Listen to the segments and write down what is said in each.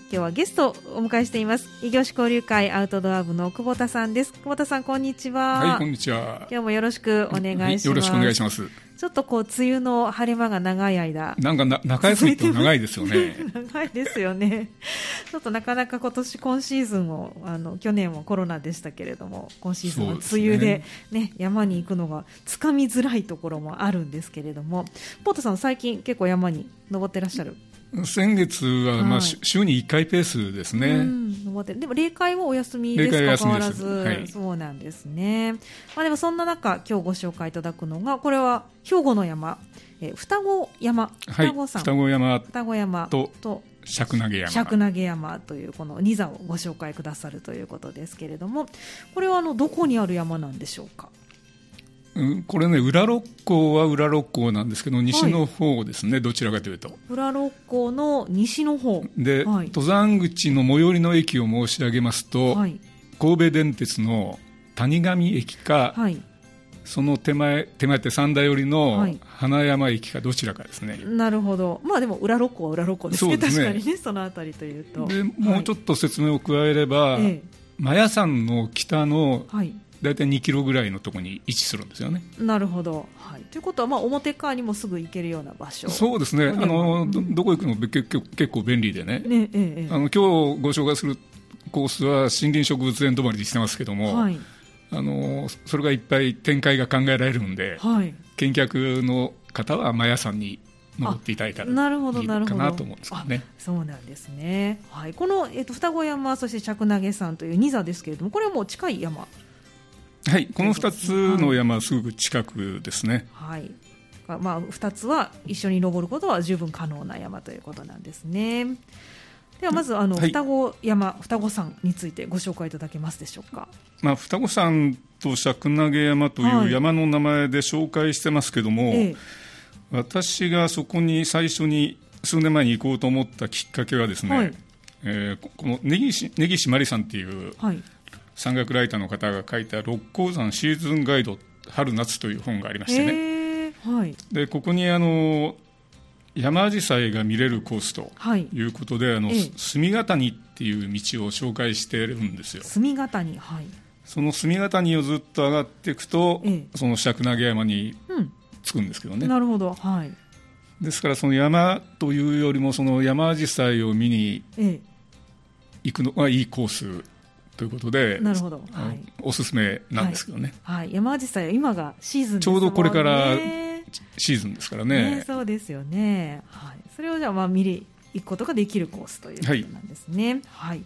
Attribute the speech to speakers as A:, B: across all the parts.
A: 今日はゲストをお迎えしています異業種交流会アウトドア部の久保田さんです久保田さんこんにちは
B: はいこんにちは
A: 今日もよろしくお願いします、
B: よろしくお願いします
A: ちょっとこう梅雨の晴れ間が長い間
B: なんかな中休みって長いですよね
A: 長いですよねちょっとなかなか今年今シーズンもあの去年はコロナでしたけれども今シーズンは梅雨でね山に行くのがつかみづらいところもあるんですけれどもポートさん最近結構山に登ってらっしゃる
B: 先月はま
A: は
B: あ
A: い
B: し週に1回ペースですね、
A: うん登ってるでも霊界はお休みです
B: 霊界は
A: か
B: 休
A: 変
B: み
A: わ
B: です
A: らず、
B: はい
A: そうなんですね、まあ、でもそんな中今日ご紹介いただくのがこれは兵庫の山、えー双子山
B: はい
A: 双子山、
B: 双子山
A: 双子山
B: と
A: と
B: 尺投げ山
A: 尺投げ山というこの2座をご紹介くださるということですけれどもこれはあのどこにある山なんでしょうか
B: うんこれね裏六甲は裏六甲なんですけど西の方ですね、どちらかというと
A: 裏六甲の西の方
B: で、
A: はい
B: 登山口の最寄りの駅を申し上げますと、
A: はい
B: 神戸電鉄の谷上駅か、
A: はい
B: その手前手前って三田寄り
A: は
B: の
A: い
B: 花山駅かどちらかですね、
A: なるほどまあでも裏六甲は裏六甲ですね
B: そうですね
A: 確かにねそのあたりというと
B: でもうちょ
A: っ
B: っと説明を加えれば、
A: はいえ
B: マヤ山の北の
A: えはい
B: 大体2キロぐらいのところに位置するんですよね。
A: なるほど、はい、ということは、まあ、表側にもすぐ行けるような場所
B: そうですね、あ
A: うん
B: のどどこ行くのも結構結構便利でね、
A: ねえええ
B: あの今日ご紹介するコースは森林植物園止まりにしてますけど
A: え
B: も、
A: はい
B: あのそれがいっぱい展開が考えられるんで、
A: はい、
B: 見客の方はマヤ山に登っていただいたらいい
A: なるほどなるほど
B: かなと思うんですけどね。
A: そうなんですね、はい、この、えっと双子山、そして着投げ山という2座ですけれども、これはもう近い山、
B: はい、この2つの山はすぐ近くですね。
A: はいまあ、2つは一緒に登ることは十分可能な山ということなんですね。ではまずあの、
B: はい
A: 双子山、双子山についてご紹介いただけますでしょうか。
B: まあ、双子山と尺投げ山と
A: はいいう
B: 山の名前で紹介してますけども、
A: ええ、
B: 私がそこに最初に数年前に行こうと思ったきっかけはですね、
A: はい
B: えーここの根岸根岸真理さんっていう
A: はい、
B: 山岳ライターの方が書いた「六甲山シーズンガイド春夏」という本がありましてね、
A: ええはい、
B: でここにあの山アジサイが見れるコースと
A: はい、
B: いうことであの、
A: ええ
B: 隅ヶ谷っていう道を紹介してるんですよ
A: 住ヶ谷、はい、
B: その隅ヶ谷をずっと上がっていくと、
A: ええ
B: その尺投げ山に
A: うん、
B: 着くんですけどね
A: なるほど、はい、
B: ですからその山というよりもその山アジサイを見に
A: え
B: 行くのがいいコースということ
A: え、
B: で
A: なるほど、
B: あの
A: はい、
B: おすすめなんですけどね、
A: はい、山アジサイは今がシーズンです
B: ちょうどこれから
A: もんね
B: シーズンですから
A: ね
B: ね
A: そうですよね、はい、それをじゃあまあ見に行くことができるコースということなんですね。はい、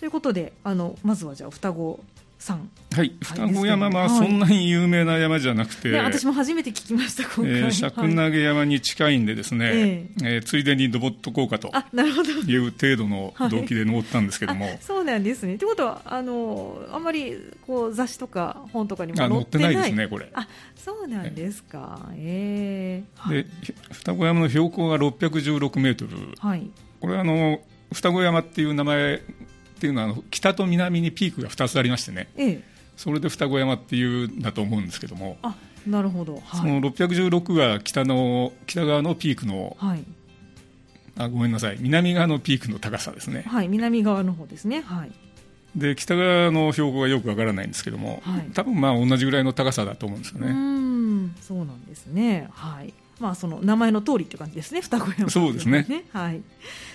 A: ということであのまずはじゃあ双子さん、
B: はい、双子山は
A: はい
B: そんなに有名な山じゃなくて、
A: ね、私も初めて聞きました今回、
B: えー尺投げ山に近いんでですね、
A: え
B: えーついでに登っとこうかと
A: はいあなるほど
B: いう程度の動機で登ったんですけども、
A: あそうなんですね。ということはあのあんまりこう雑誌とか本とかにも
B: あ
A: 載
B: 乗
A: っ
B: ってて
A: な
B: ないいですね、これ。
A: あそうなんですか、ええはい
B: でひ双子山の標高が616メートル、
A: はい、
B: これはあの双子山っていう名前っていうのはあの、北と南にピークが2つありましてね、
A: ええ、
B: それで双子山っていうんだと思うんですけども、
A: あなるほど、はい、
B: その616が北の北側のピークの、
A: はい、
B: あごめんなさい、南側のピークの高さですね、
A: はい、南側の方ですね。はい。
B: で北側の標高がよくわからないんですけども、
A: はい
B: 多分まあ同じぐらいの高さだと思うんですよ
A: うー
B: ね。
A: ん、そうなんですね。はい。まあ、その名前の通りって感じですね。双子山、
B: そうですね。
A: はい。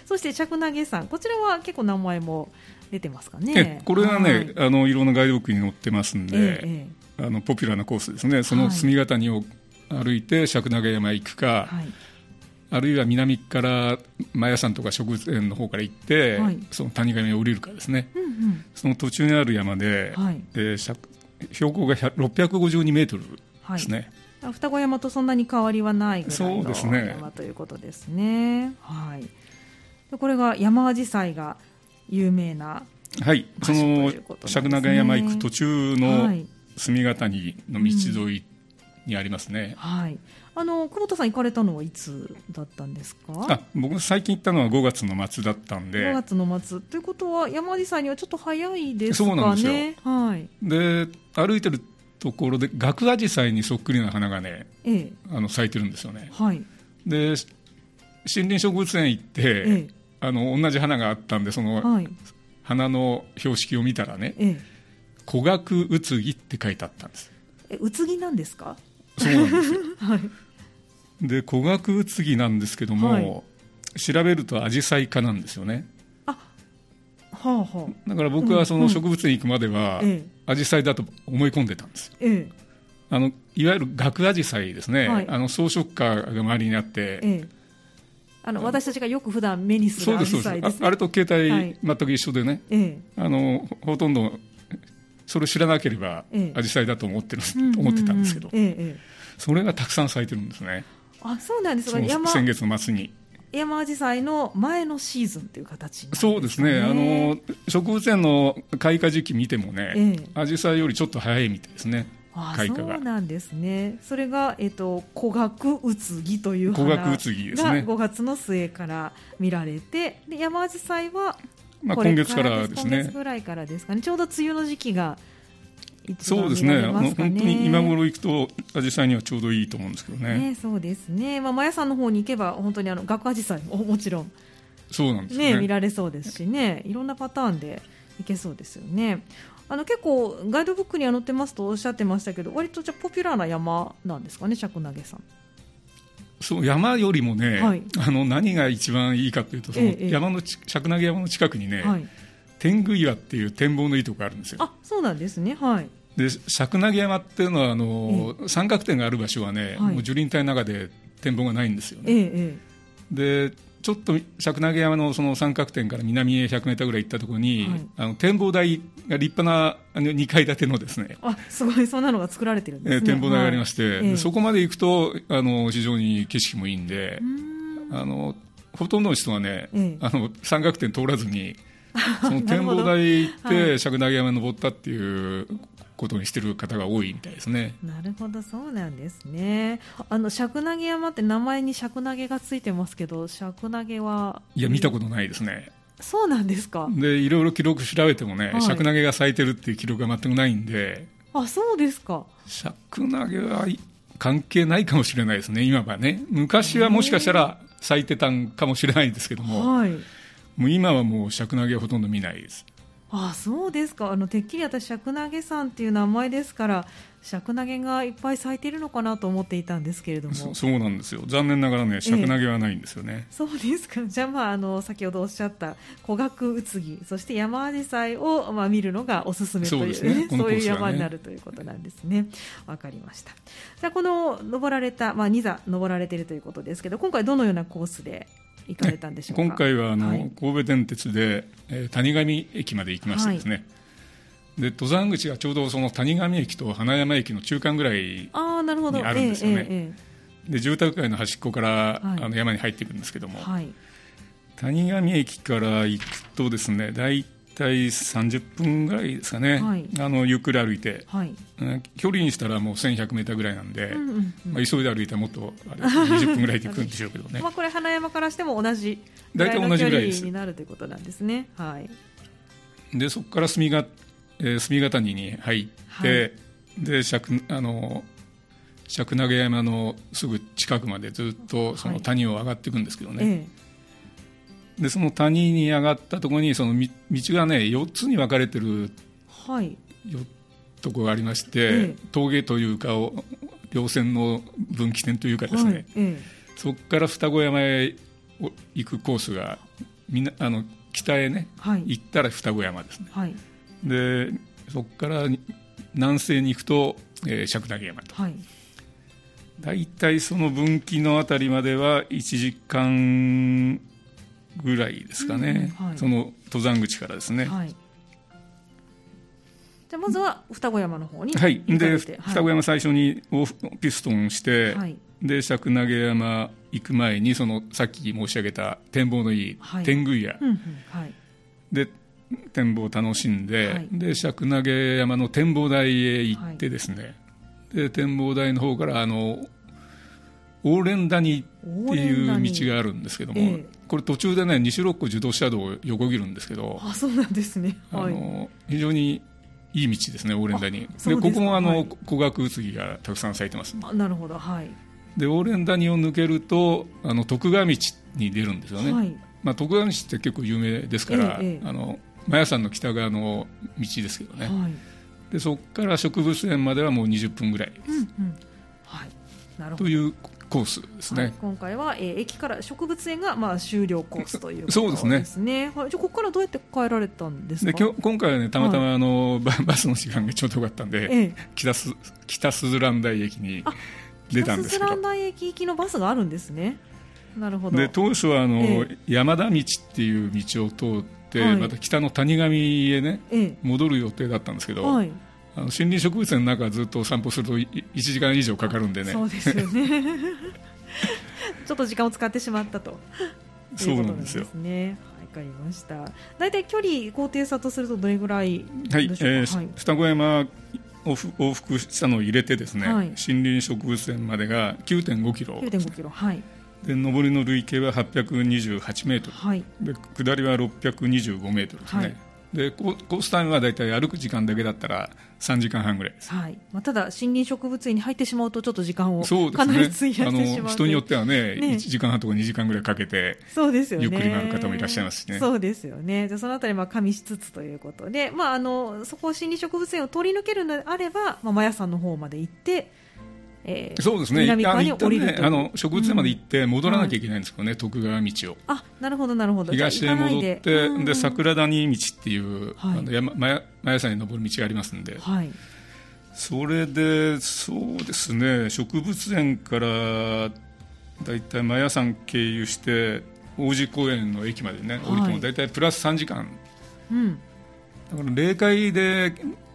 A: そして、着投げさん、こちらは結構名前も出てますか
B: え
A: ね。
B: これはね、
A: はい
B: あのいろんなガイドブックに載ってますん
A: え
B: で、
A: ええ
B: あのポピュラーなコースですね、その隅ヶ谷を歩いて尺長山へ行くか、
A: えはい。
B: あるいは南からマヤ山とか植物園の方から行って、
A: はい
B: その谷上を降りるかですね、
A: うんうん。
B: その途中にある山で、
A: はい
B: えー尺標高が100 652メートル
A: は
B: で
A: い
B: す。ね、
A: あ双子山とそんなに変わりはないぐらい
B: そうです
A: の
B: ね
A: 山ということですね。はい。でこれが山アジサイが有名な。
B: はい、そ
A: 場所
B: の
A: ということなんですね
B: 尺長山行く途中
A: は
B: の
A: い。
B: 隅ヶ谷の道沿いにありますね。
A: はい。あの、久保田さん行かれたのはいつだったんですか
B: あ僕最近行ったのは5月の末だったん
A: 5
B: で
A: 月の末ということは山地さんにはちょっと早いですかね
B: そうなんで
A: はい
B: で歩いてるところで額アジサイにそっくりな花がね
A: ええ
B: あの咲いてるんですよね
A: はい
B: で森林植物園行って、
A: ええ
B: あの同じ花があったんでその、
A: はい
B: 花の標識を見たらね
A: ええ
B: 「古学うつぎ」って書いてあったんです
A: えうつぎなんですか
B: そうなんですよ
A: はい
B: で古学うつぎなんですけども、
A: はい
B: 調べるとアジサイ科なんですよね
A: はあは
B: だから僕はそ
A: うんう
B: の
A: ん
B: 植物園行くまでは、
A: あえ
B: アジサイだと思い込んでたんですよ
A: ええ
B: あのいわゆる額アジサイですね、
A: はい
B: あの装飾花が周りにあっ
A: え
B: て、
A: ええあの私たちがよく普段目にす
B: そ
A: る
B: う
A: ア
B: です
A: ジ
B: そ
A: サ
B: う
A: イ
B: で
A: ですす
B: ああ
A: ね
B: れと携
A: はい
B: 帯全く一緒でね、
A: え
B: あのほほとんどそれ知らなければ
A: ええ
B: アジサイだと思ってる、
A: え
B: 思ってたんですけど、
A: うううええええ
B: それがたくさん咲いてるんですね
A: あそうなんです
B: そ
A: か
B: の
A: 山
B: 先月の末に
A: 山アジサイの前のシーズンという形になる
B: そうですねあの植物園の開花時期見てもね、
A: ええ
B: アジサイよりちょっと早いみたいですね
A: あ
B: 開
A: そ
B: 花が
A: うなんですねそれが、えっと古学うつぎという
B: 古
A: 花
B: 学うつぎですね
A: が5月の末から見られてで山アジサイは
B: まあ、
A: これ
B: 今月からです
A: 今月
B: ね
A: ぐらいからですかねちょうど梅雨の時期が一
B: そ
A: 番
B: うです
A: 見ら
B: ね
A: れ
B: あ
A: ま
B: の
A: すかね
B: 本当に今頃行くとアジサイにはちょうどいいと思うんですけどね
A: ね、そうですね、まあ、マヤさんの方に行けば、本当にあの学アジサイももちろん、
B: そうなんですよ
A: ね、
B: ね
A: 見られそうですしね、いろんなパターンで行けそうですよね。あの結構、ガイドブックには載ってますとおっしゃってましたけど、割とじゃあポピュラーな山なんですかね、釈投げさん。
B: そう山よりもね、
A: はい
B: あの何が一番いいかというとそ
A: え
B: の
A: え
B: 山のち釈投山の近くにね、
A: はい、
B: 天狗岩っていう展望のいいとこがあるんですよ
A: あそうなんですね、はい、
B: で釈投山っていうのはあの、三角点がある場所はね、
A: はい
B: もう樹林帯の中で展望がないんですよ
A: え
B: ね
A: ええ
B: でちょっと釈投山のその三角点から南へ1 0 0ーぐらい行ったところに、
A: はい
B: あの展望台が立派なあの2階建てのですね
A: えあすごい、そんなのが作られてるんで
B: え
A: す
B: ー
A: ね。
B: 展望台がありまして、
A: はいええ
B: そこまで行くとあの非常に景色もいいんで
A: うー、ん
B: あのほとんどの人はね、
A: ええ
B: あの三角点通らず にその
A: なる
B: 展
A: ほど
B: 望台行っ
A: は
B: て釈台山に登ったっていうことにしてる方が多いみたいですね。
A: なるほどそうなんですね。あの尺投げ山って名前に尺投げがついてますけど、尺投げはい
B: や見たことないですね、
A: そうなんですか。
B: でいろいろ記録調べてもね、
A: はい
B: 尺投げが咲いてるっていう記録が全くないんで、
A: あそうですか。
B: 尺投げはい関係ないかもしれないですね、今はね、昔はもしかしたら咲いてたんかもしれないんですけども、
A: はい。
B: もう今はもう尺投げはほとんど見ないです、
A: あそうですか。あのてっきり私尺投げさんっていう名前ですから、尺投げがいっぱい咲いてるのかなと思っていたんですけれども。
B: そそうなんですよ、残念ながらね、尺投げはないんですよね。
A: そうですか。じゃあ、まあ、あの、先ほどおっしゃった、古学うつぎ、そして山アジサイを、まあ、見るのがおすすめという、
B: そうですねこ
A: そ
B: のコ
A: うい
B: ー
A: う
B: スはね
A: 山になるということなんですね。わかりました。じゃあ、この、登られた、まあ、2座登られているということですけど、今回どのようなコースで行かれたんでしょうか。
B: 今回はあの、
A: い
B: 神戸電鉄で、えー谷上駅まで行きましてですね、で登山口がちょうどその谷上駅と花山駅の中間ぐらい
A: ああ、なるほど。
B: にあるんですよね
A: えええ
B: で住宅街の端っこから、
A: はい
B: あの山に入っていくんですけども、
A: えはい。
B: 谷上駅から行くとですね大体30分ぐらいですかね、
A: はい
B: あのゆっくり歩いて、
A: はい。
B: うん距離にしたらもう1100メーターぐらいなんで、
A: うんうんうん
B: まあ、急いで歩いたらもっと あれ20分ぐらいで行くんでしょうけどね
A: まあ、これ、花山からしても同じ。
B: 大体同じぐらいです
A: になるということなんですね。はい。
B: でそこから住が、えー住ヶ谷に入って、で釈あの釈投山のすぐ近くまでずっとそ
A: は
B: の
A: い
B: 谷を上がっていくんですけど
A: え
B: ね、
A: え。
B: でその谷に上がったところにそのみ道がね4つに分かれてる
A: はい。
B: よとこがありまして、
A: ええ
B: 峠というかを稜線の分岐点というかですね、
A: はい。ええ。
B: そこから二子山へお行くコースがみんなあの北へね
A: はい。
B: 行ったら二子山ですね
A: はい、
B: でそこからに南西に行くと、えー、釈台山と
A: はい、
B: 大体その分岐のあたりまでは1時間ぐらいですかね、
A: うんはい
B: その登山口からですねは
A: はい。じゃあまずは二子山の方に
B: い、
A: 行かれて。
B: で、
A: はい
B: 二子山最初に往復ピストンして、
A: はい。
B: で釈投山行く前にそのさっき申し上げた展望のいい
A: はい
B: 天狗屋、
A: うんうんはい。
B: で展望を楽しんで、
A: はい
B: で釈投山の展望台へ行ってですね、で展望台の方からあのオーレン谷っていう道があるんですけども、
A: オーレン谷え
B: これ途中でね西六甲自動車道を横切るんですけど、
A: あ、そうなんですね。
B: あ
A: はい。
B: の非常にいい道ですねオーレン谷
A: あそうですか
B: ここもあ
A: は
B: の
A: い
B: 古学うつぎがたくさん咲いてます
A: あなるほど、はい。
B: でオーレン谷を抜けるとあの徳川道に出るんですよね、
A: はい。
B: まあ、徳川市って結構有名ですから、
A: ええ
B: あのマヤ山の北側の道ですけどね、
A: はい
B: でそこから植物園まではもう20分ぐらい
A: うんうんはい、なるほ
B: と
A: ど、
B: いうコースですね、
A: はい、今回は、えー駅から植物園が、まあ、終了コースということ
B: そうですね
A: はい、じゃあここからどうやって帰られたんですか
B: で今日今回はねたまたまあの、ババスの時間がちょうどよかったんで、
A: ええ
B: 北す北鈴蘭台駅に
A: あ
B: 出たんですけ
A: ラ
B: ど
A: ンダ駅行きのバスがあるんですねなるほど
B: で当初はあの、
A: え
B: 山田道っていう道を通っ
A: は
B: て、
A: い
B: また北の谷上へね
A: え
B: 戻る予定だったんですけ
A: え
B: ど、
A: はい
B: あの森林植物園の中ずっと散歩するとい1時間以上かかるんでね
A: そうですよね ちょっと時間を使ってしまったと
B: そうなんですよ
A: いうことなんねはいわかりました大体距離高低差とするとどれぐらい
B: はい、
A: でしょうか
B: えー
A: はい
B: 双子山をふ往復したのを入れてですね、
A: はい
B: 森林植物園までが9.5キロ
A: 9.5キロはい
B: で上りの累計は828メート
A: はい
B: ルで下りは625メートルですね、
A: はい
B: でコーコースタイムはだいたい歩く時間だけだったら3時間半ぐらいです
A: はいまあ、ただ森林植物園に入ってしまうとちょっと時間を
B: そう
A: かなり
B: で
A: 費や
B: すねあ
A: してし
B: の
A: まう
B: 人によってはね
A: ね
B: 1時間半とか2時間ぐらいかけて
A: そうですよね
B: ゆっくり回る方もいらっしゃいますしね
A: そうですよねじゃあそのあたりまあ加味しつつということで、まあ、あのそこを森林植物園を通り抜けるのであれば、まあ、マヤさんの方まで行って、えー
B: そうですね
A: 南側
B: あ
A: に
B: 一旦
A: 降りる
B: ね
A: と
B: あの植物園まで行って戻らなきゃいけないんですけどね、徳川道を
A: あなるほどなるほど
B: 東へ戻ってで,、
A: 桜
B: 桜谷道っていう、
A: はい
B: あの山マヤマヤ山に登る道がありますんで、
A: はい
B: それでそうですね植物園からだいたいマヤ山経由して王子公園の駅までね
A: はい
B: 降りてもだいたいプラス3時間
A: うん
B: だから霊界で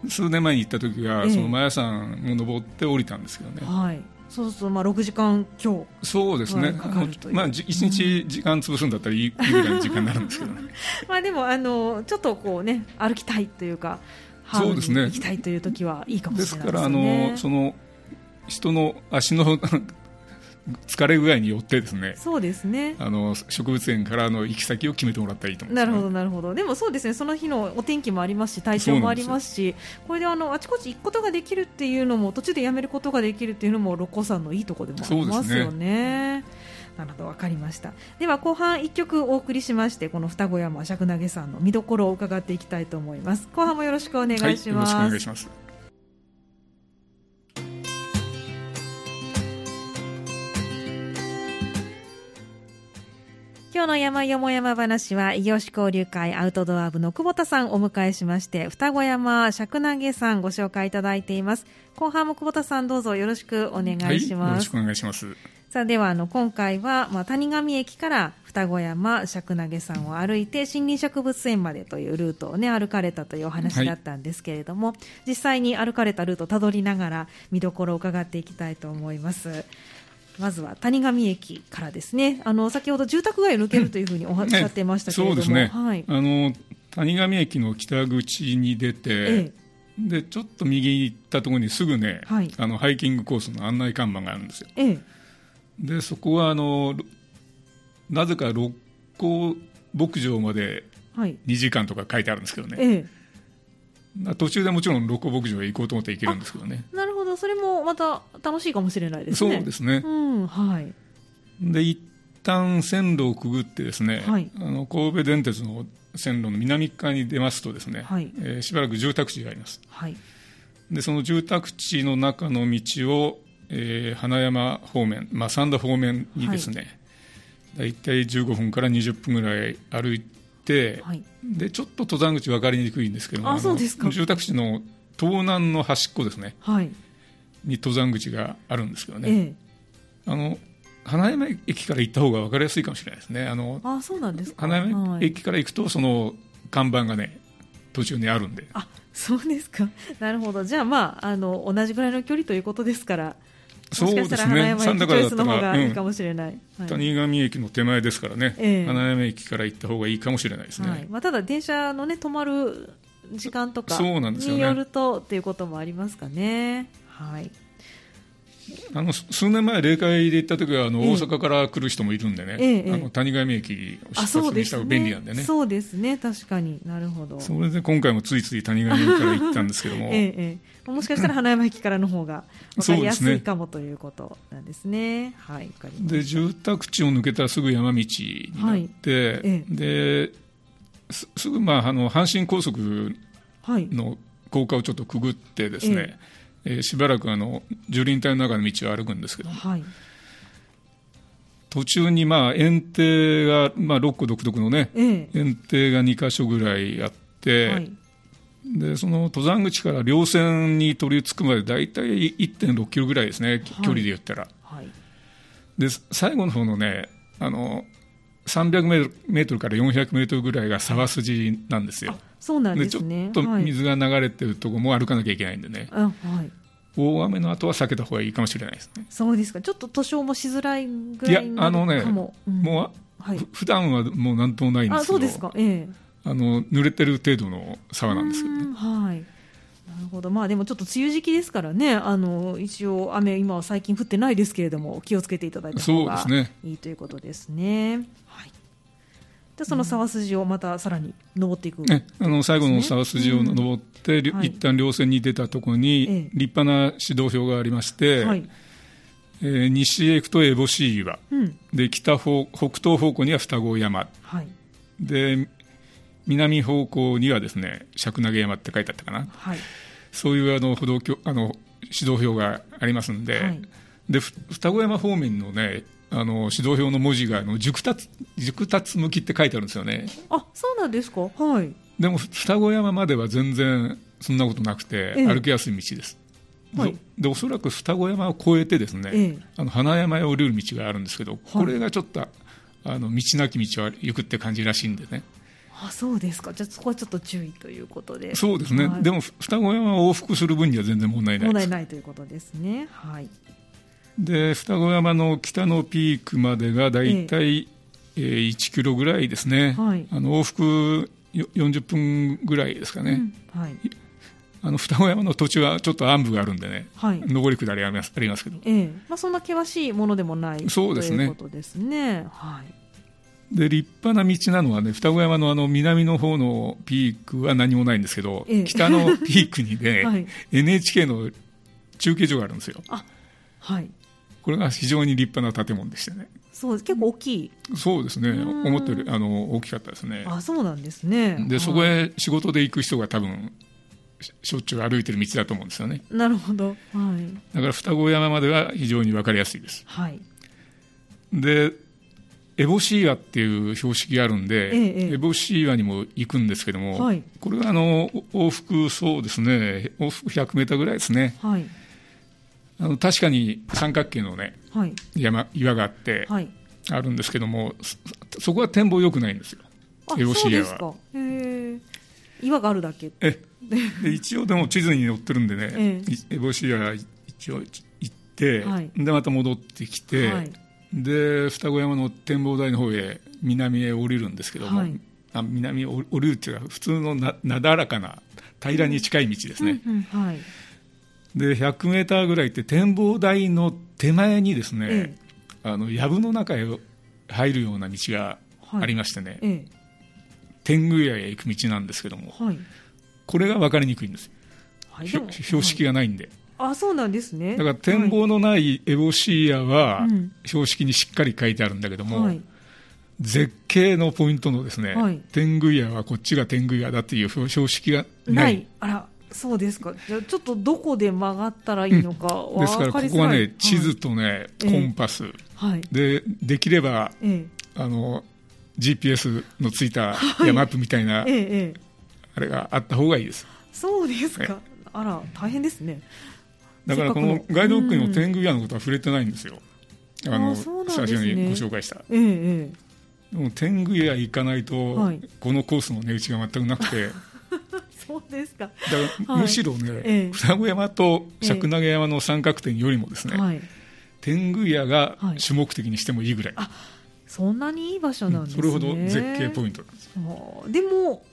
B: 数年前に行った時は、
A: ええ
B: そのマヤ山を登って降りたんですけどね、
A: はい、そうするとまあ6時間強
B: そうですね、
A: かかるという
B: あのまあ、じ1日時間潰すんだったらいいいいぐらいの時間になるんですけどね
A: まあでもあのちょっとこうね歩きたいというか
B: そうですね
A: ハーフに行きたいという時はいいかも
B: で
A: し
B: す
A: れない
B: か
A: です
B: ら、
A: よ
B: あ
A: ね
B: のその人の足の 疲れ具合によってですね
A: そうですね
B: あの植物園からの行き先を決めてもらったらいいと思うんで
A: な
B: す
A: る
B: ね、
A: ほどなるほどでもそうですねその日のお天気もありますし体調もありますしこれであのあちこち行くことができるっていうのも途中でやめることができるっていうのも六甲山のいいところでもありますよ
B: そうです
A: ね。なるほどわかりましたでは後半1曲お送りしましてこの二子山尺投げさんの見どころを伺っていきたいと思います後半もよろしくお願いし
B: は
A: ま
B: い、
A: す、
B: よろしくお願いします
A: 今日の山よも山話は、異業種交流会アウトドア部の久保田さんをお迎えしまして、双子山尺投げさんご紹介いただいています。後半も久保田さんどうぞよろしくお願いし
B: はい、よ
A: ま
B: ろ
A: す
B: し。くお願いします
A: さあではあの今回は、まあ、谷上駅から双子山尺投さんを歩いて森林植物園までというルートを、ね、歩かれたというお話だったんですけれども、実際に歩かれたルートをたどりながら見どころを伺っていきたいと思います。まずは谷上駅からですね。あの先ほど住宅街を抜けるというふうにおっしゃってましたけれど
B: そう
A: も、
B: ですね、
A: はい、
B: あの谷上駅の北口に出て、
A: え
B: でちょっと右に行ったところにすぐね、
A: はい
B: あのハイキングコースの案内看板があるんですよ
A: え、ええ、
B: でそこはあのろなぜか六甲牧場まで
A: はい、
B: 2時間とか書いてあるんですけどね、
A: ええ。
B: まあ途中でもちろん六甲牧場へ行こうと思って行けるんですけどね
A: なるほど、それもまた楽しいかもしれないですね。
B: そうですね、
A: うん、はい、
B: で一旦線路をくぐってですね、
A: はい
B: あの神戸電鉄の線路の南側に出ますとですね、
A: はい
B: えーしばらく住宅地があります
A: はい、
B: でその住宅地の中の道を、えー花山方面、まあ、三田方面にですね、大体15分から20分ぐらい歩いて、
A: はい、
B: でちょっと登山口分かりにくいんですけども
A: あ
B: の
A: そうですか
B: 住宅地の東南の端っこですね
A: はい、
B: に登山口があるんですけどね、
A: ええ。
B: あの花山駅から行った方が分かりやすいかもしれないですねあの
A: あそうなんですか。
B: 花山
A: はい、
B: 駅から行くとその看板がね途中にあるんで
A: あそうですか。なるほど。じゃあまああの同じぐらいの距離ということですから、もしかしたら花山駅チョイスの方がいいか
B: うん
A: もしれない。はい。
B: 谷上駅の手前ですからね、
A: ええ
B: 花山駅から行った方がいいかもしれないですね、
A: はい。まあただ電車のね止まる時間とか
B: そうなんですよ
A: に
B: ね
A: よるとっていうこともありますかね。はい。
B: あの数年前、霊界で行った時はあの、大阪から来る人もいるんでね、
A: ええええ
B: あの谷上駅を出
A: あそう
B: 発
A: で
B: にした
A: す
B: 方
A: ね
B: が便利なんでね、そ
A: そうですね確かになるほど
B: れで今回もついつい谷上駅から行ったんですけども、
A: ええええ、もしかしたら花山駅からの方が分かりやすいかもということなんですね。はい、わかりました
B: で住宅地を抜けたらすぐ山道になって、
A: いえ
B: ですすぐ、まあ、あの阪神高速
A: はい、
B: の高架をちょっとくぐってですね、えーしばらくあの樹林帯の中の道を歩くんですけども
A: はい、
B: 途中にまあ園庭が、まあ、六個独特のね
A: え
B: 園庭が2か所ぐらいあって、
A: え、はい、
B: でその登山口から稜線に取り付くまで大体1.6キロぐらいですね、き
A: はい
B: 距離で言ったら
A: はい、
B: で最後の方のねあの300メートルメートルから400メートルぐらいが沢筋なんですよ
A: あ、そうなん
B: で
A: で
B: ちょ
A: す
B: っ
A: ね。
B: と
A: はい、
B: 水が流れてるとこも歩かなきゃいけないんでね、
A: あ、はい、
B: 大雨の後は避けた方がいいかもしれないですね、
A: そうですか。ちょっと図書もしづらいぐらいに
B: いやあの
A: な
B: ね
A: るかも。うん
B: もうあ
A: はい
B: ふ、普段はもうなんともないんで
A: あ、
B: すけ
A: そ
B: ど
A: うですか。ええ、
B: あの濡れてる程度の沢なんですけど
A: う
B: ね
A: んはい。なるほど。まあでもちょっと梅雨時期ですからね。あの一応雨今は最近降ってないですけれども気をつけていただいた方が
B: そうですね
A: いいということですね。はい。じゃあその沢筋をまたさらに登っていく。
B: ね、あの最後の沢筋を登って、りょ
A: はい
B: 一旦稜線に出たところに
A: ええ
B: 立派な指導標がありまして、
A: はい。
B: えー西へ行くと烏帽子岩
A: うん。
B: で北方北東方向には双子山
A: はい。
B: で南方向にはですね尺投げ山って書いてあったかな
A: はい。
B: そういうあの歩道橋あの指導標がありますんで、
A: はい
B: でふ双子山方面のねあの指導標の文字があの熟達熟達向きって書いてあるんですよね
A: あ、そうなんですか。はい。
B: でもふ双子山までは全然そんなことなくて、
A: ええ
B: 歩きやすい道です、
A: はい
B: ででおそらく双子山を越えてですね、
A: ええ
B: あの花山へ降りる道があるんですけど、これがちょっとあの道なき道を行くって感じらしいんでね
A: あ、そうですか。じゃあそこはちょっと注意ということで。
B: そうですね、
A: はい
B: でもふ双子山を往復する分には全然問題な
A: 問
B: いで
A: 題
B: す
A: ないということですね。はい。
B: で双子山の北のピークまでがだいたい1キロぐらいですね、
A: はい
B: あの往復よ40分ぐらいですかね、
A: うんはい。
B: あの双子山の途中はちょっと暗部があるんでね、
A: はい。
B: 上り下りありますありますけど
A: ええ、まあそんな険しいものでもない
B: そうですね
A: ということですね。はい。
B: で立派な道なのはね双子山のあの南の方のピークは何もないんですけど、
A: ええ
B: 北のピークにね、
A: はい
B: NHK の中継所があるんですよ
A: はい。
B: これが非常に立派な建物でしたね
A: そうです。結構大きい。
B: そうですね
A: うん
B: 思ったよりあの大きかったですね
A: あ、そうなんですね。
B: でそこ
A: はい。
B: へ仕事で行く人が多分ししょっちゅう歩いてる道だと思うんですよね
A: なるほど。はい。
B: だから双子山までは非常に分かりやすいです
A: はい。
B: でエボシーワっていう標識があるんで、
A: ええええ
B: エボシーワにも行くんですけども、
A: はい
B: これはあのお往復、そうですね、往復100メーターぐらいですね、
A: はい。
B: あの確かに三角形の、ね、
A: はい。
B: 山岩があって、
A: はい。
B: あるんですけども、そそこは展望良くないんですよ、
A: あ、
B: エボ
A: そ
B: シ
A: う
B: ー
A: で
B: ワ
A: す
B: は。
A: か。へえ。岩があるだけ。
B: えで一応、でも地図に載ってるんでね、
A: ええ
B: いエボシーワ一応行って、
A: はい
B: でまた戻ってきて、
A: はい。
B: で双子山の展望台の方へ南へ降りるんですけども、
A: はい
B: あ南へ降り降りるっていうか普通のななだらかな平らに近い道ですね、
A: うんうんはい。
B: で100メーターぐらい行って展望台の手前にですね、
A: え
B: あの藪の中へ入るような道が
A: はい
B: ありましてね、
A: ええ。
B: 天狗屋へ行く道なんですけども
A: はい。
B: これが分かりにくいんですよ、
A: はい。
B: ひょ標識
A: が。
B: がないんで、
A: あ、そうなんですね。
B: だから展望のないエボシーアは
A: はいうん
B: 標識にしっかり書いてあるんだけども、
A: はい。
B: 絶景のポイントのですね、
A: はい
B: 天狗屋はこっちが天狗屋だっていう標識が
A: な
B: ない
A: い。あら、そうですか。じゃあちょっとどこで曲がったらいいのかわ
B: ですから
A: かり
B: こ
A: づ
B: こは
A: らい
B: ね地図。とね、
A: ええ
B: コンパス
A: はい。はい
B: でできれば
A: ええ。
B: あの GPS のついたいやマップみたいな
A: ええ。ええ。
B: あれがあった方がいいです
A: そうです
B: え
A: か。あら、大変ですね。
B: だからこ
A: せっ
B: の
A: かくの
B: ガイドブックにも天狗屋のことは触れてないんですよ、
A: ん
B: あの
A: あそうなん
B: 最
A: ですね
B: 初にご紹介した
A: えええ
B: でも天狗屋行かないと、
A: はい
B: このコースの値打ちが全くな くて
A: え、そうですか。
B: だから
A: はい
B: むしろね、
A: ええ
B: 双子山と尺投げ山の三角点よりもですね、
A: はい。
B: 天狗屋が
A: はい
B: 主目的にしてもいいぐらい、
A: あそんなにいい場所なんです
B: そ
A: ね。
B: れほど絶景ポイ
A: ン
B: ントなんです
A: ト。でも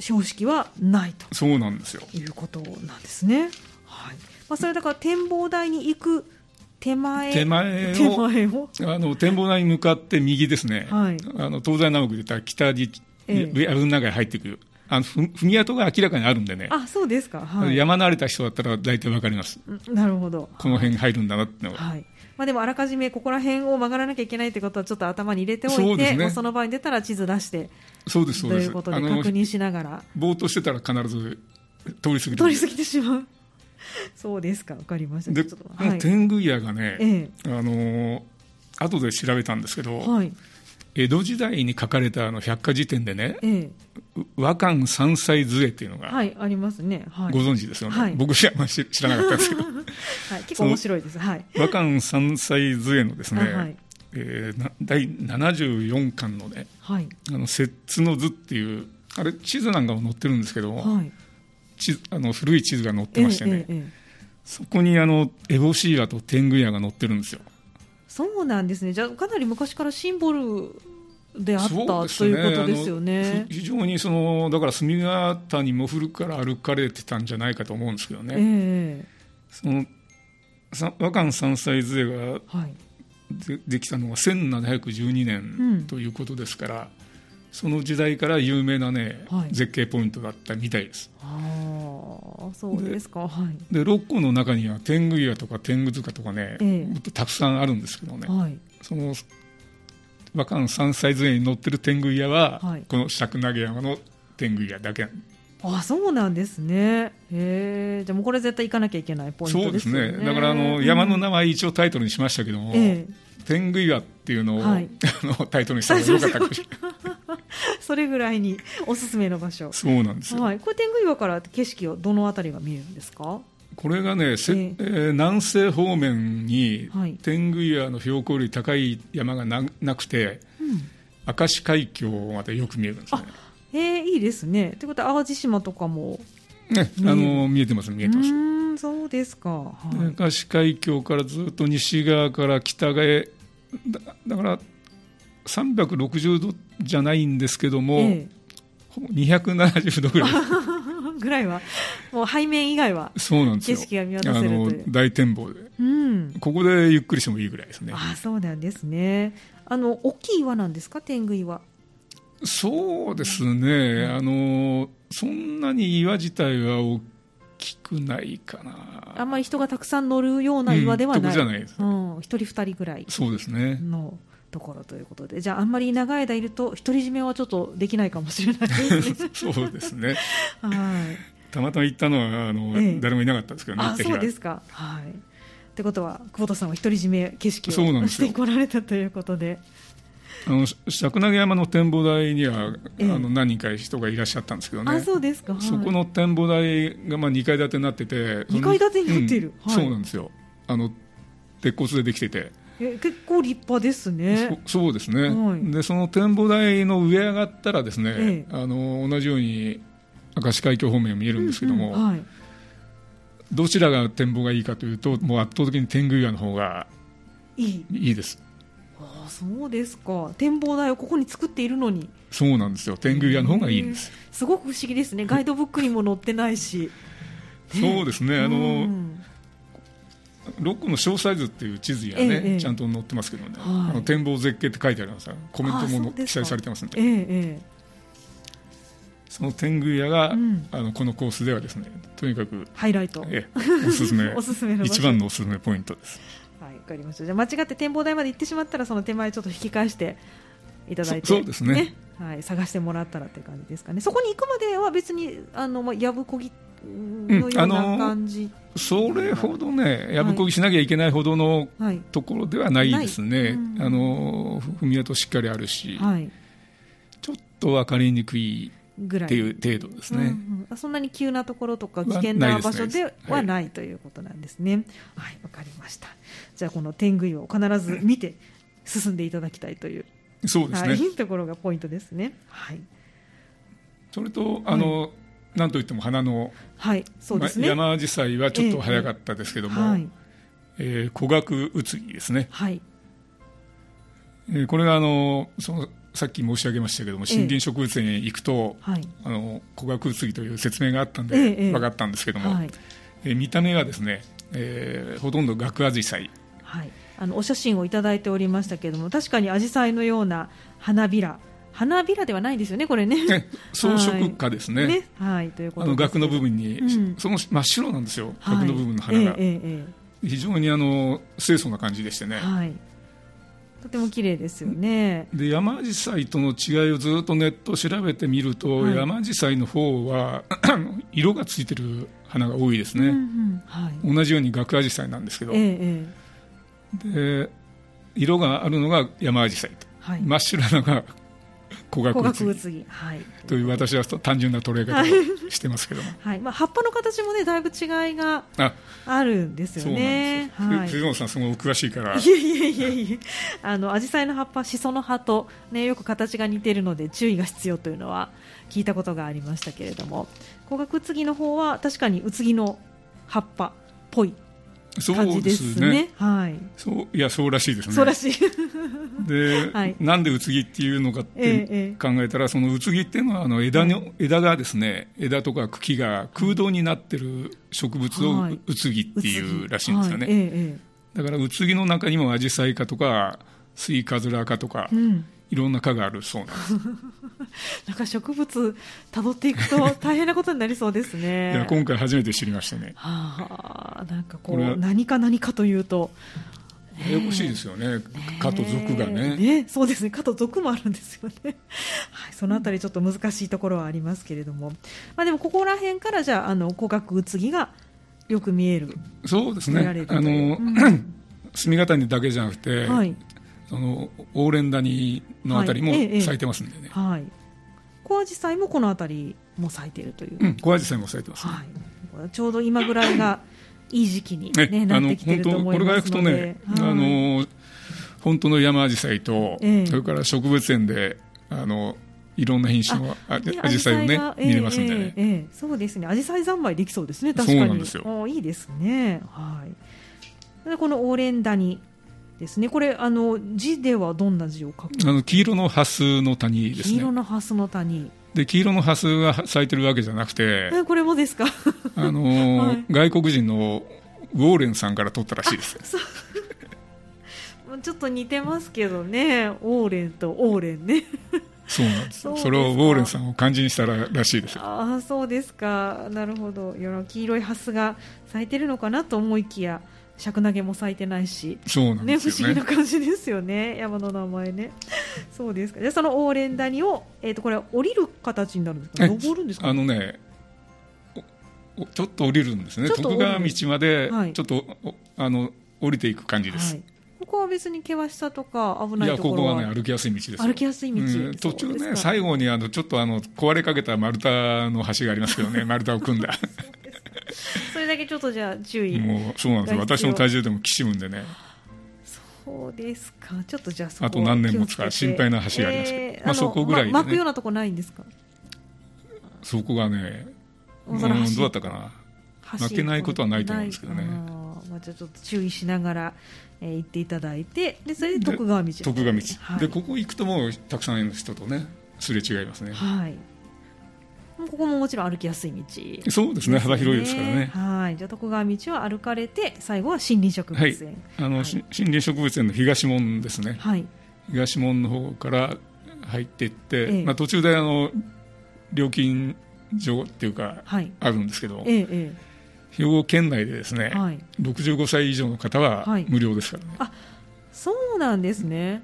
A: 標識はないと
B: そうなんですよ
A: いうことなんですね。はい。まあそれはだから展望台に行く手前
B: 手前を
A: 手前を
B: あの展望台に向かって右ですね、
A: はい
B: あの東西南北で言ったら北に、
A: ええ
B: や藪の中に入っていくあのふ踏み跡が明らかにあるんでね、
A: あそうですか、はい、
B: 山慣れた人だったら大体わかります
A: うんなるほど
B: この辺入るんだなってのが、
A: はいまあ、でもあらかじめここら辺を曲がらなきゃいけないってことはちょっと頭に入れてお
B: そ
A: いう
B: で
A: て
B: す
A: そ,、
B: ね
A: その場に出たら地図出して
B: そうです
A: と
B: そうで
A: いう
B: す
A: こと
B: あ
A: で
B: の
A: 確認しながら
B: ぼーっとしてたら必ず通り過ぎて
A: 通り過ぎてしまう そうですかわかりました
B: で
A: ちょっと
B: こ
A: は
B: の
A: い、
B: 天狗屋がね、
A: え
B: あのー後で調べたんですけど、
A: えはい
B: 江戸時代に書かれたあの百科事典でね
A: ええ
B: 「和漢三歳図絵」っていうのが
A: はいありますねはい
B: ご存知ですよね、
A: はい
B: 僕はあんまり知知らなかったんで すけど
A: はい、結構面白いですはい、
B: 和漢三歳図絵のですね、
A: あはい
B: えーな第74巻のね
A: はい
B: 「あの摂津の図」っていうあれ地図なんかも載ってるんですけど、
A: はい
B: 地図あの古い地図が載っ
A: え
B: て
A: え
B: ましてね、
A: ええええ
B: そこにあのエボシーラと天狗屋が載ってるんですよ
A: そうなんですねじゃあかなり昔からシンボルであった
B: そうです
A: と
B: ね
A: いうことですよ
B: あの
A: ね
B: ふ非常にそのだから隅ヶ谷も古くから歩かれてたんじゃないかと思うんですけどね、
A: え
B: そのさ和漢三歳図絵が
A: えはい
B: でできたのが1712
A: うん
B: 年ということですから、その時代から有名なね、
A: はい
B: 絶景ポイントだったみたいです
A: ああそうですかはい
B: で六甲の中には天狗岩とか天狗塚とかね、
A: ええ
B: もっとたくさんあるんですけどね、
A: はい
B: その和漢三歳図絵に載ってる天狗屋は、
A: はい
B: この尺投げ山の天狗屋だけ
A: あそうなんですねへえじゃあもうこれ絶対行かなきゃいけないポイン
B: そ
A: ト
B: う
A: で
B: ですす
A: よね
B: ねだからあの、
A: うん
B: 山の名前一応タイトルにしましたけども、
A: ええ
B: 天狗岩っていうのを、
A: はい
B: あのタイトルにした方がよかったかもしれない
A: それぐらいにおすすめの場所
B: そうなんですよ、
A: はいこれ天狗岩から景色をどのあたりが見えるんですか
B: これがね、せ
A: ええ
B: えー南西方面に
A: はい
B: 天狗岩の標高より高い山がななくて
A: うん
B: 明石海峡までよく見えるんですね
A: えー、いいですね。ということは淡路島とかも
B: ね
A: 見える
B: あの見えてます見えてます、
A: うーんそうですか、はい
B: で明石海峡からずっと西側から北側へだだから360度じゃないんですけども、
A: え
B: ほぼ270度ぐらい
A: え、ぐらいはもう背面以外は
B: そうなんですよ
A: 景色が見渡せるという
B: あの大展望で
A: うん
B: ここでゆっくりしてもいいぐらいですね
A: あそうなんですねあの大きい岩なんですか天狗岩
B: そうですね、あのそんなに岩自体は大きくないかな、
A: あんまり人がたくさん乗るような岩ではない,、
B: うんとこじゃないです
A: うん一人二人ぐらい
B: そうですね、
A: のところということでじゃああんまり長い間いると独り占めはちょっとできないかもしれないですね
B: そうですね、
A: はい
B: たまたま行ったのはあの、
A: ええ
B: 誰もいなかったですけどね、行
A: あ
B: った日
A: そ
B: は
A: うですか。はい。ってことは久保田さんは独り占め景色
B: そうなん
A: を
B: で
A: し
B: すよ
A: てこられたということで、
B: あのし釈投山の展望台には、
A: ええ
B: あの何人か人がいらっしゃったんですけどね、
A: あそうですか。はい
B: そこの展望台がまあ2階建てになってて、その
A: 二階建てになっている
B: うん
A: はい
B: そうなんですよあの、鉄骨でできてて、
A: え結構立派ですね。
B: そそうですね、
A: はい
B: でその展望台の上上がったら、です
A: ええ
B: ね、あの同じように明石海峡方面が見えるんですけども、
A: うんうんはい。
B: どちらが展望がいいかというと、もう圧倒的に天狗岩の方が
A: いい。
B: いいです、
A: あそうですか。展望台をここに作っているのに。
B: そうなんですよ、天狗岩の方がいいんです。
A: へー。すごく不思議ですね。ガイドブックにも載ってないし。
B: そうですね、あ
A: う
B: の
A: ん
B: 六個の詳細図っていう地図やね、
A: ええ
B: ちゃんと載ってますけどね、
A: はい
B: あの展望絶景って書いてありますからコメント
A: あそ
B: も
A: うですか
B: 記載されてますんで
A: ええええ。
B: その天狗屋が、
A: うん
B: あのこのコースではですねとにかく、
A: ハイライト。
B: ええおすすめ
A: おすすめの場所
B: 一番のおすすめポイントです
A: はい、わかりました。じゃあ間違って展望台まで行ってしまったら、その手前ちょっと引き返していただいて、
B: そそうですね
A: はい、探してもらったらって感じですかね。そこに行くまでは別に、あの、まあ、やぶこぎのよう
B: あの
A: な
B: ー
A: 感じ。
B: それほどねやぶこぎしなきゃいけないほどの
A: はい。
B: ところではないです
A: ない
B: ね、
A: うん
B: あの踏み跡しっかりあるし、
A: はい。
B: ちょっと分かりにくい
A: ぐらい。
B: っていう程度ですね、
A: うんうんあそんなに急なところとか
B: は
A: 危険
B: ない
A: な
B: です
A: 場所
B: ない
A: で
B: です
A: はないということなんですね。はい、わかりました。じゃあこの天狗を必ず見て進んでいただきたいという
B: そうですね、
A: はい、ところがポイントですね。はい、
B: それとあの、なんといっても花の
A: はい、そうですね。
B: ま山紫陽花はちょっと早かったですけども、
A: はい、
B: えー古学うつぎですね、
A: はい、
B: えーこれがあのそのさっき申し上げましたけども
A: ええ
B: 森林植物園へ行くと、
A: はい。
B: あの古学うつぎという説明があったん
A: え
B: で
A: えええ
B: 分かったんですけども、
A: はい
B: えー見た目がですね、えーほとんど学アジサイ
A: はい、あのお写真をいただいておりましたけれども確かに紫陽花のような花びら花びらではないですよねこれね
B: ね装飾花ですね,、
A: ねはいというこ
B: あ
A: と
B: の
A: です
B: 額の部分に、
A: うん
B: その真っ白なんですよ、
A: はい
B: 額の部分の花が、
A: えええ
B: 非常にあの清楚な感じでして
A: え
B: ね、
A: はい、とても綺麗ですよね。
B: で山紫陽花との違いをずっとネット調べてみると、
A: はい
B: 山紫陽花の方は 色がついてる花が多いです
A: うんう
B: ね、
A: んはい
B: 同じように額紫陽花なんですけど、
A: ええええ
B: で色があるのが山紫陽花と、
A: はい
B: 真っ白なのが古
A: 古
B: 学
A: 学
B: 物
A: 物議、はい
B: という私は単純な捉え方をしてま すけども。
A: はいまあ、葉っぱの形も、ね、だいぶ違いが
B: あ
A: あるんです
B: そ
A: よ
B: うなんで
A: ね。
B: すよ、
A: はい
B: 藤本さん、すごいお詳しいから
A: い、えいえいえいえ、あの紫陽花の葉っぱ、シソの葉と、ね、よく形が似ているので注意が必要というのは聞いたことがありましたけれども、古学継ぎの方は確かにうつぎの葉っぱっぽい感
B: そ
A: じ
B: う
A: で
B: ですす
A: ね。
B: ね、
A: はい、
B: そういや、そうらしいですね、
A: そうらしい。
B: で、
A: はい
B: なんでうつぎっていうのかっ
A: ええ
B: て
A: ええ
B: 考えたら、そのうつぎっていうのはあの枝の、枝がですね枝とか茎が空洞になってる植物を
A: はいう
B: うつぎっていうらしいんですよね、
A: はいえええ
B: だからうつぎの中にもアジサイ科とかスイカズラ科とか、
A: えうん、
B: いろんな科があるそうなんです、
A: なんか植物たどっていくと大変なことになりそうですね。
B: いや今回初めて知りましたね
A: はあ、なんかこ
B: これ
A: う何か何かというと、
B: ややこしいですよね科と属がね
A: ねそうですね、かと族もあるんですよね。 はい、そのあたりちょっと難しいところはありますけれども、まあでもここら辺からじゃああの古学宇津木がよく見える、
B: そうです
A: 見られ
B: ね
A: ると
B: あの、墨形にだけじゃなくて、
A: はい
B: そのオーレン谷のあたりも
A: はいええええ
B: 咲いてますんでね、
A: はい、小アジサイもこのあたりも咲いているという、
B: うん、小アジサイも咲いてます、
A: はい、ちょうど今ぐらいがいい時期にね、
B: ね、
A: な
B: あ
A: っ
B: の
A: てきて
B: 本
A: ると
B: 当
A: 思
B: こ
A: い
B: れが
A: ま
B: 焼く
A: す
B: と
A: ので
B: ね、、あ
A: はい
B: の本当の山アジサイと、
A: ええ
B: それから植物園であのいろんな品種のあアジサイをね、
A: 紫陽花が
B: 見れますんで
A: え
B: ね、
A: えええええそうですね。アジサイ三昧できそうですね。確かに。
B: そうなんですよ
A: おいいですね。はい。でこのオーレン谷ですね。これあの字ではどんな字を書く？
B: あの黄色のハスの谷です
A: 黄色
B: ね
A: のハスの谷。
B: で黄色のハスが咲いてるわけじゃなく て、
A: えこれもですか？
B: あの
A: はい
B: 外国人のウォーレンさんから取ったらしいです
A: ちょっと似てますけどね。オーレンとオーレンね。
B: そうなんです
A: そう
B: そ
A: ですか
B: れをウォーレンさんを漢字にしたららしいです
A: ああそうですか。なるほど。よろ黄色いハスが咲いてるのかなと思いきや、シャクナゲも咲いてないし。
B: そうなん
A: ね、
B: で
A: 不
B: す
A: 思
B: よ
A: 議
B: ね
A: な感じですよね、 山の名前ね。そうですか。じゃあそのオーレン谷を、えっ、と、これは降りる形になるんですか。
B: え
A: 登るんですか。
B: あのねおおちょっと降りるんですね
A: ちょっと降
B: 徳
A: りる
B: 川道まで
A: はい
B: ちょっと、おあの降りていく感じです、
A: はい。ここは別に険しさとか危
B: い、
A: ない
B: や
A: とこ
B: こ
A: ろ
B: こ
A: は。
B: はね歩きやすい道ですよ
A: 歩きやすい道
B: うん途
A: そう
B: 中
A: です
B: ね
A: か
B: 最後にあのちょっとあの壊れかけた丸太の橋がありますけどね丸太を組んだ
A: それだけちょっとじゃあ注意。
B: もうそうなんですよ私の体重でもきしむんでね
A: そうですか。ちょっとじゃあそこ
B: あと何年も使う心配な橋がありますけどまあそこぐらいでね
A: ま巻くようなとこないんですか。
B: そこがね
A: 大
B: うん
A: 空橋
B: どうだったかな
A: 橋
B: 負けないことはないと思うんですけどね
A: ないかなまあ、じゃあちょっと注意しながら、えー行っていただいて、でそれで徳川道。
B: 徳川道、
A: はい
B: でここ行くともうたくさんの人とねすれ違いますね、
A: はい。ここももちろん歩きやすい道、
B: そうですね幅広いですからね
A: はい。じゃあ徳川道は歩かれて、最後は森林植物園。
B: あの、し森林植物園の東門ですね
A: はい。
B: 東門の方から入っていって、
A: ええ
B: まあ、途中であの料金所っていうか
A: はい。
B: あるんですけど
A: えええ
B: 兵庫県内でですね、
A: え。はい。
B: 65歳以上の方は
A: はい
B: 無料ですからね、
A: そうなんですね。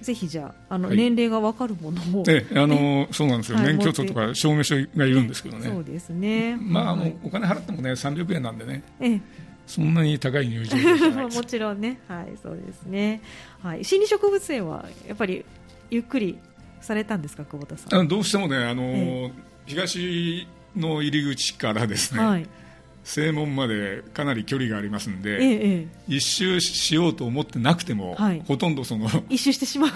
A: ぜひじゃあ、あの、
B: はい
A: 年齢がわかるものを。
B: ええあのそうなんですよ、
A: はい
B: 免許証とか証明書がいるんですけど
A: そう
B: ね、
A: ですね。
B: まああ
A: は
B: の
A: い、
B: お金払ってもね300円なんでね
A: ええ。
B: そんなに高い入場料 じゃないです
A: もちろんね、はい、そうですね。はい、森林植物園は、やっぱり、ゆっくりされたんですか、久保田さ
B: あ
A: ん。
B: のどうしてもね、あの
A: え
B: 東の入り口からですね、
A: はい。
B: 正門までかなり距離がありますん
A: ええ
B: で、、
A: ええ。
B: 一周しようと思ってなくても、
A: はい
B: ほとんどその
A: 一周してしまう。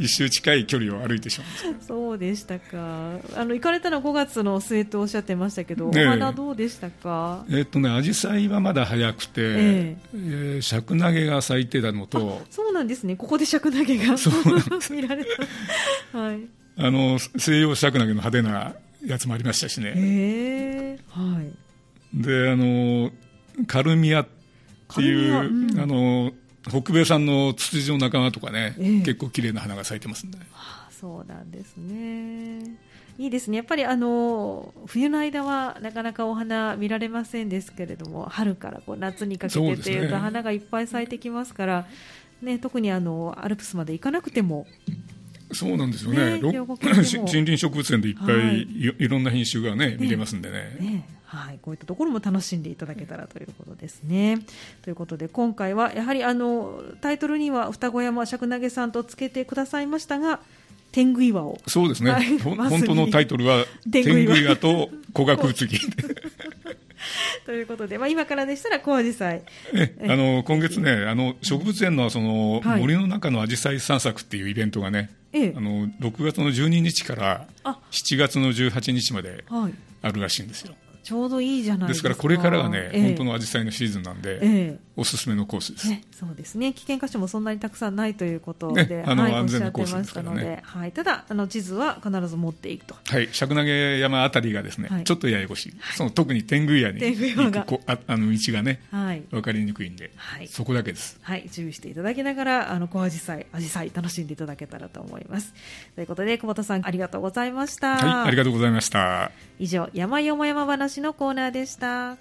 B: 一周近い距離を歩いてしまうんです
A: そうでしたか。あの行かれたのは5月の末とおっしゃってましたけど、お
B: ねえ
A: 花どうでしたか。
B: えっとね、紫陽花はまだ早くて、
A: え
B: えーシャクナゲが咲いてたのと、
A: そうなんですね。ここで尺投げが
B: そうな
A: 見られた。はい。
B: あの西洋シャクナゲの派手なやつもありましたしね、
A: へえはい。
B: であのカルミアっってい
A: カルミ
B: う、
A: アうん
B: あの北米産のツツジの仲間とかね、
A: ええ
B: 結構綺麗な花が咲いてますんで、
A: あそうなんですね。いいですね。やっぱりあの冬の間はなかなかお花見られませんですけれども、春からこう夏にかけ
B: そ
A: て
B: うで
A: っ
B: すね
A: ていうと花がいっぱい咲いてきますから、ね特にあのアルプスまで行かなくても、
B: そうなんですよ
A: ね
B: ねろ
A: 両
B: 森
A: 国でも
B: 林植物園でいっぱい、
A: はい
B: い、いろんな品種がね見れますんでね。
A: ねはい、こういったところも楽しんでいただけたらということですね。ということで今回はやはりあのタイトルには双子山尺投げさんとつけてくださいましたが、天狗岩 を
B: そうですね、
A: はい
B: ほん
A: まさに
B: 本当のタイトルは「
A: 天
B: 天
A: 狗岩
B: 狗岩と古学次」
A: ということで、まあ今からでしたら工事祭。
B: え あの今月ねあの植物園のその、
A: はい
B: 森の中のアジサイ散策っていうイベントがね、
A: ええ
B: あの6月の12日から
A: あ
B: 7月の18日まで
A: はい。
B: あるらしいんですよ
A: ちょうどいいじゃない
B: で
A: です
B: す
A: か。
B: からこれからがね、
A: ええ
B: 本当のアジサイのシーズンなんで、
A: え
B: おすすめのコースで
A: え
B: す、
A: ね、そうですね。危険箇所もそんなにたくさんないということで、
B: ねあの
A: はい、おっ
B: 安
A: し
B: 全
A: ゃっ
B: なコ
A: て
B: ース
A: ま
B: で
A: し
B: す
A: た
B: から
A: の
B: ね
A: で、はい。ただあの地図は必ず持っていくと。
B: はい尺投げ山あたりがですね、
A: はい
B: ちょっとややこしい、その特に天狗岩に
A: 天狗岩
B: 行
A: が
B: くこああの道がね
A: はい。
B: 分かりにくいんで、
A: はい
B: そこだけです
A: はい、注意していただきながら、あの、小アジサイ、アジサイ楽しんでいただけたらと思います。ということで、久保田さん、ありがとうございました。
B: はいありがとうございました
A: 以上、山よも山話のコーナーでした。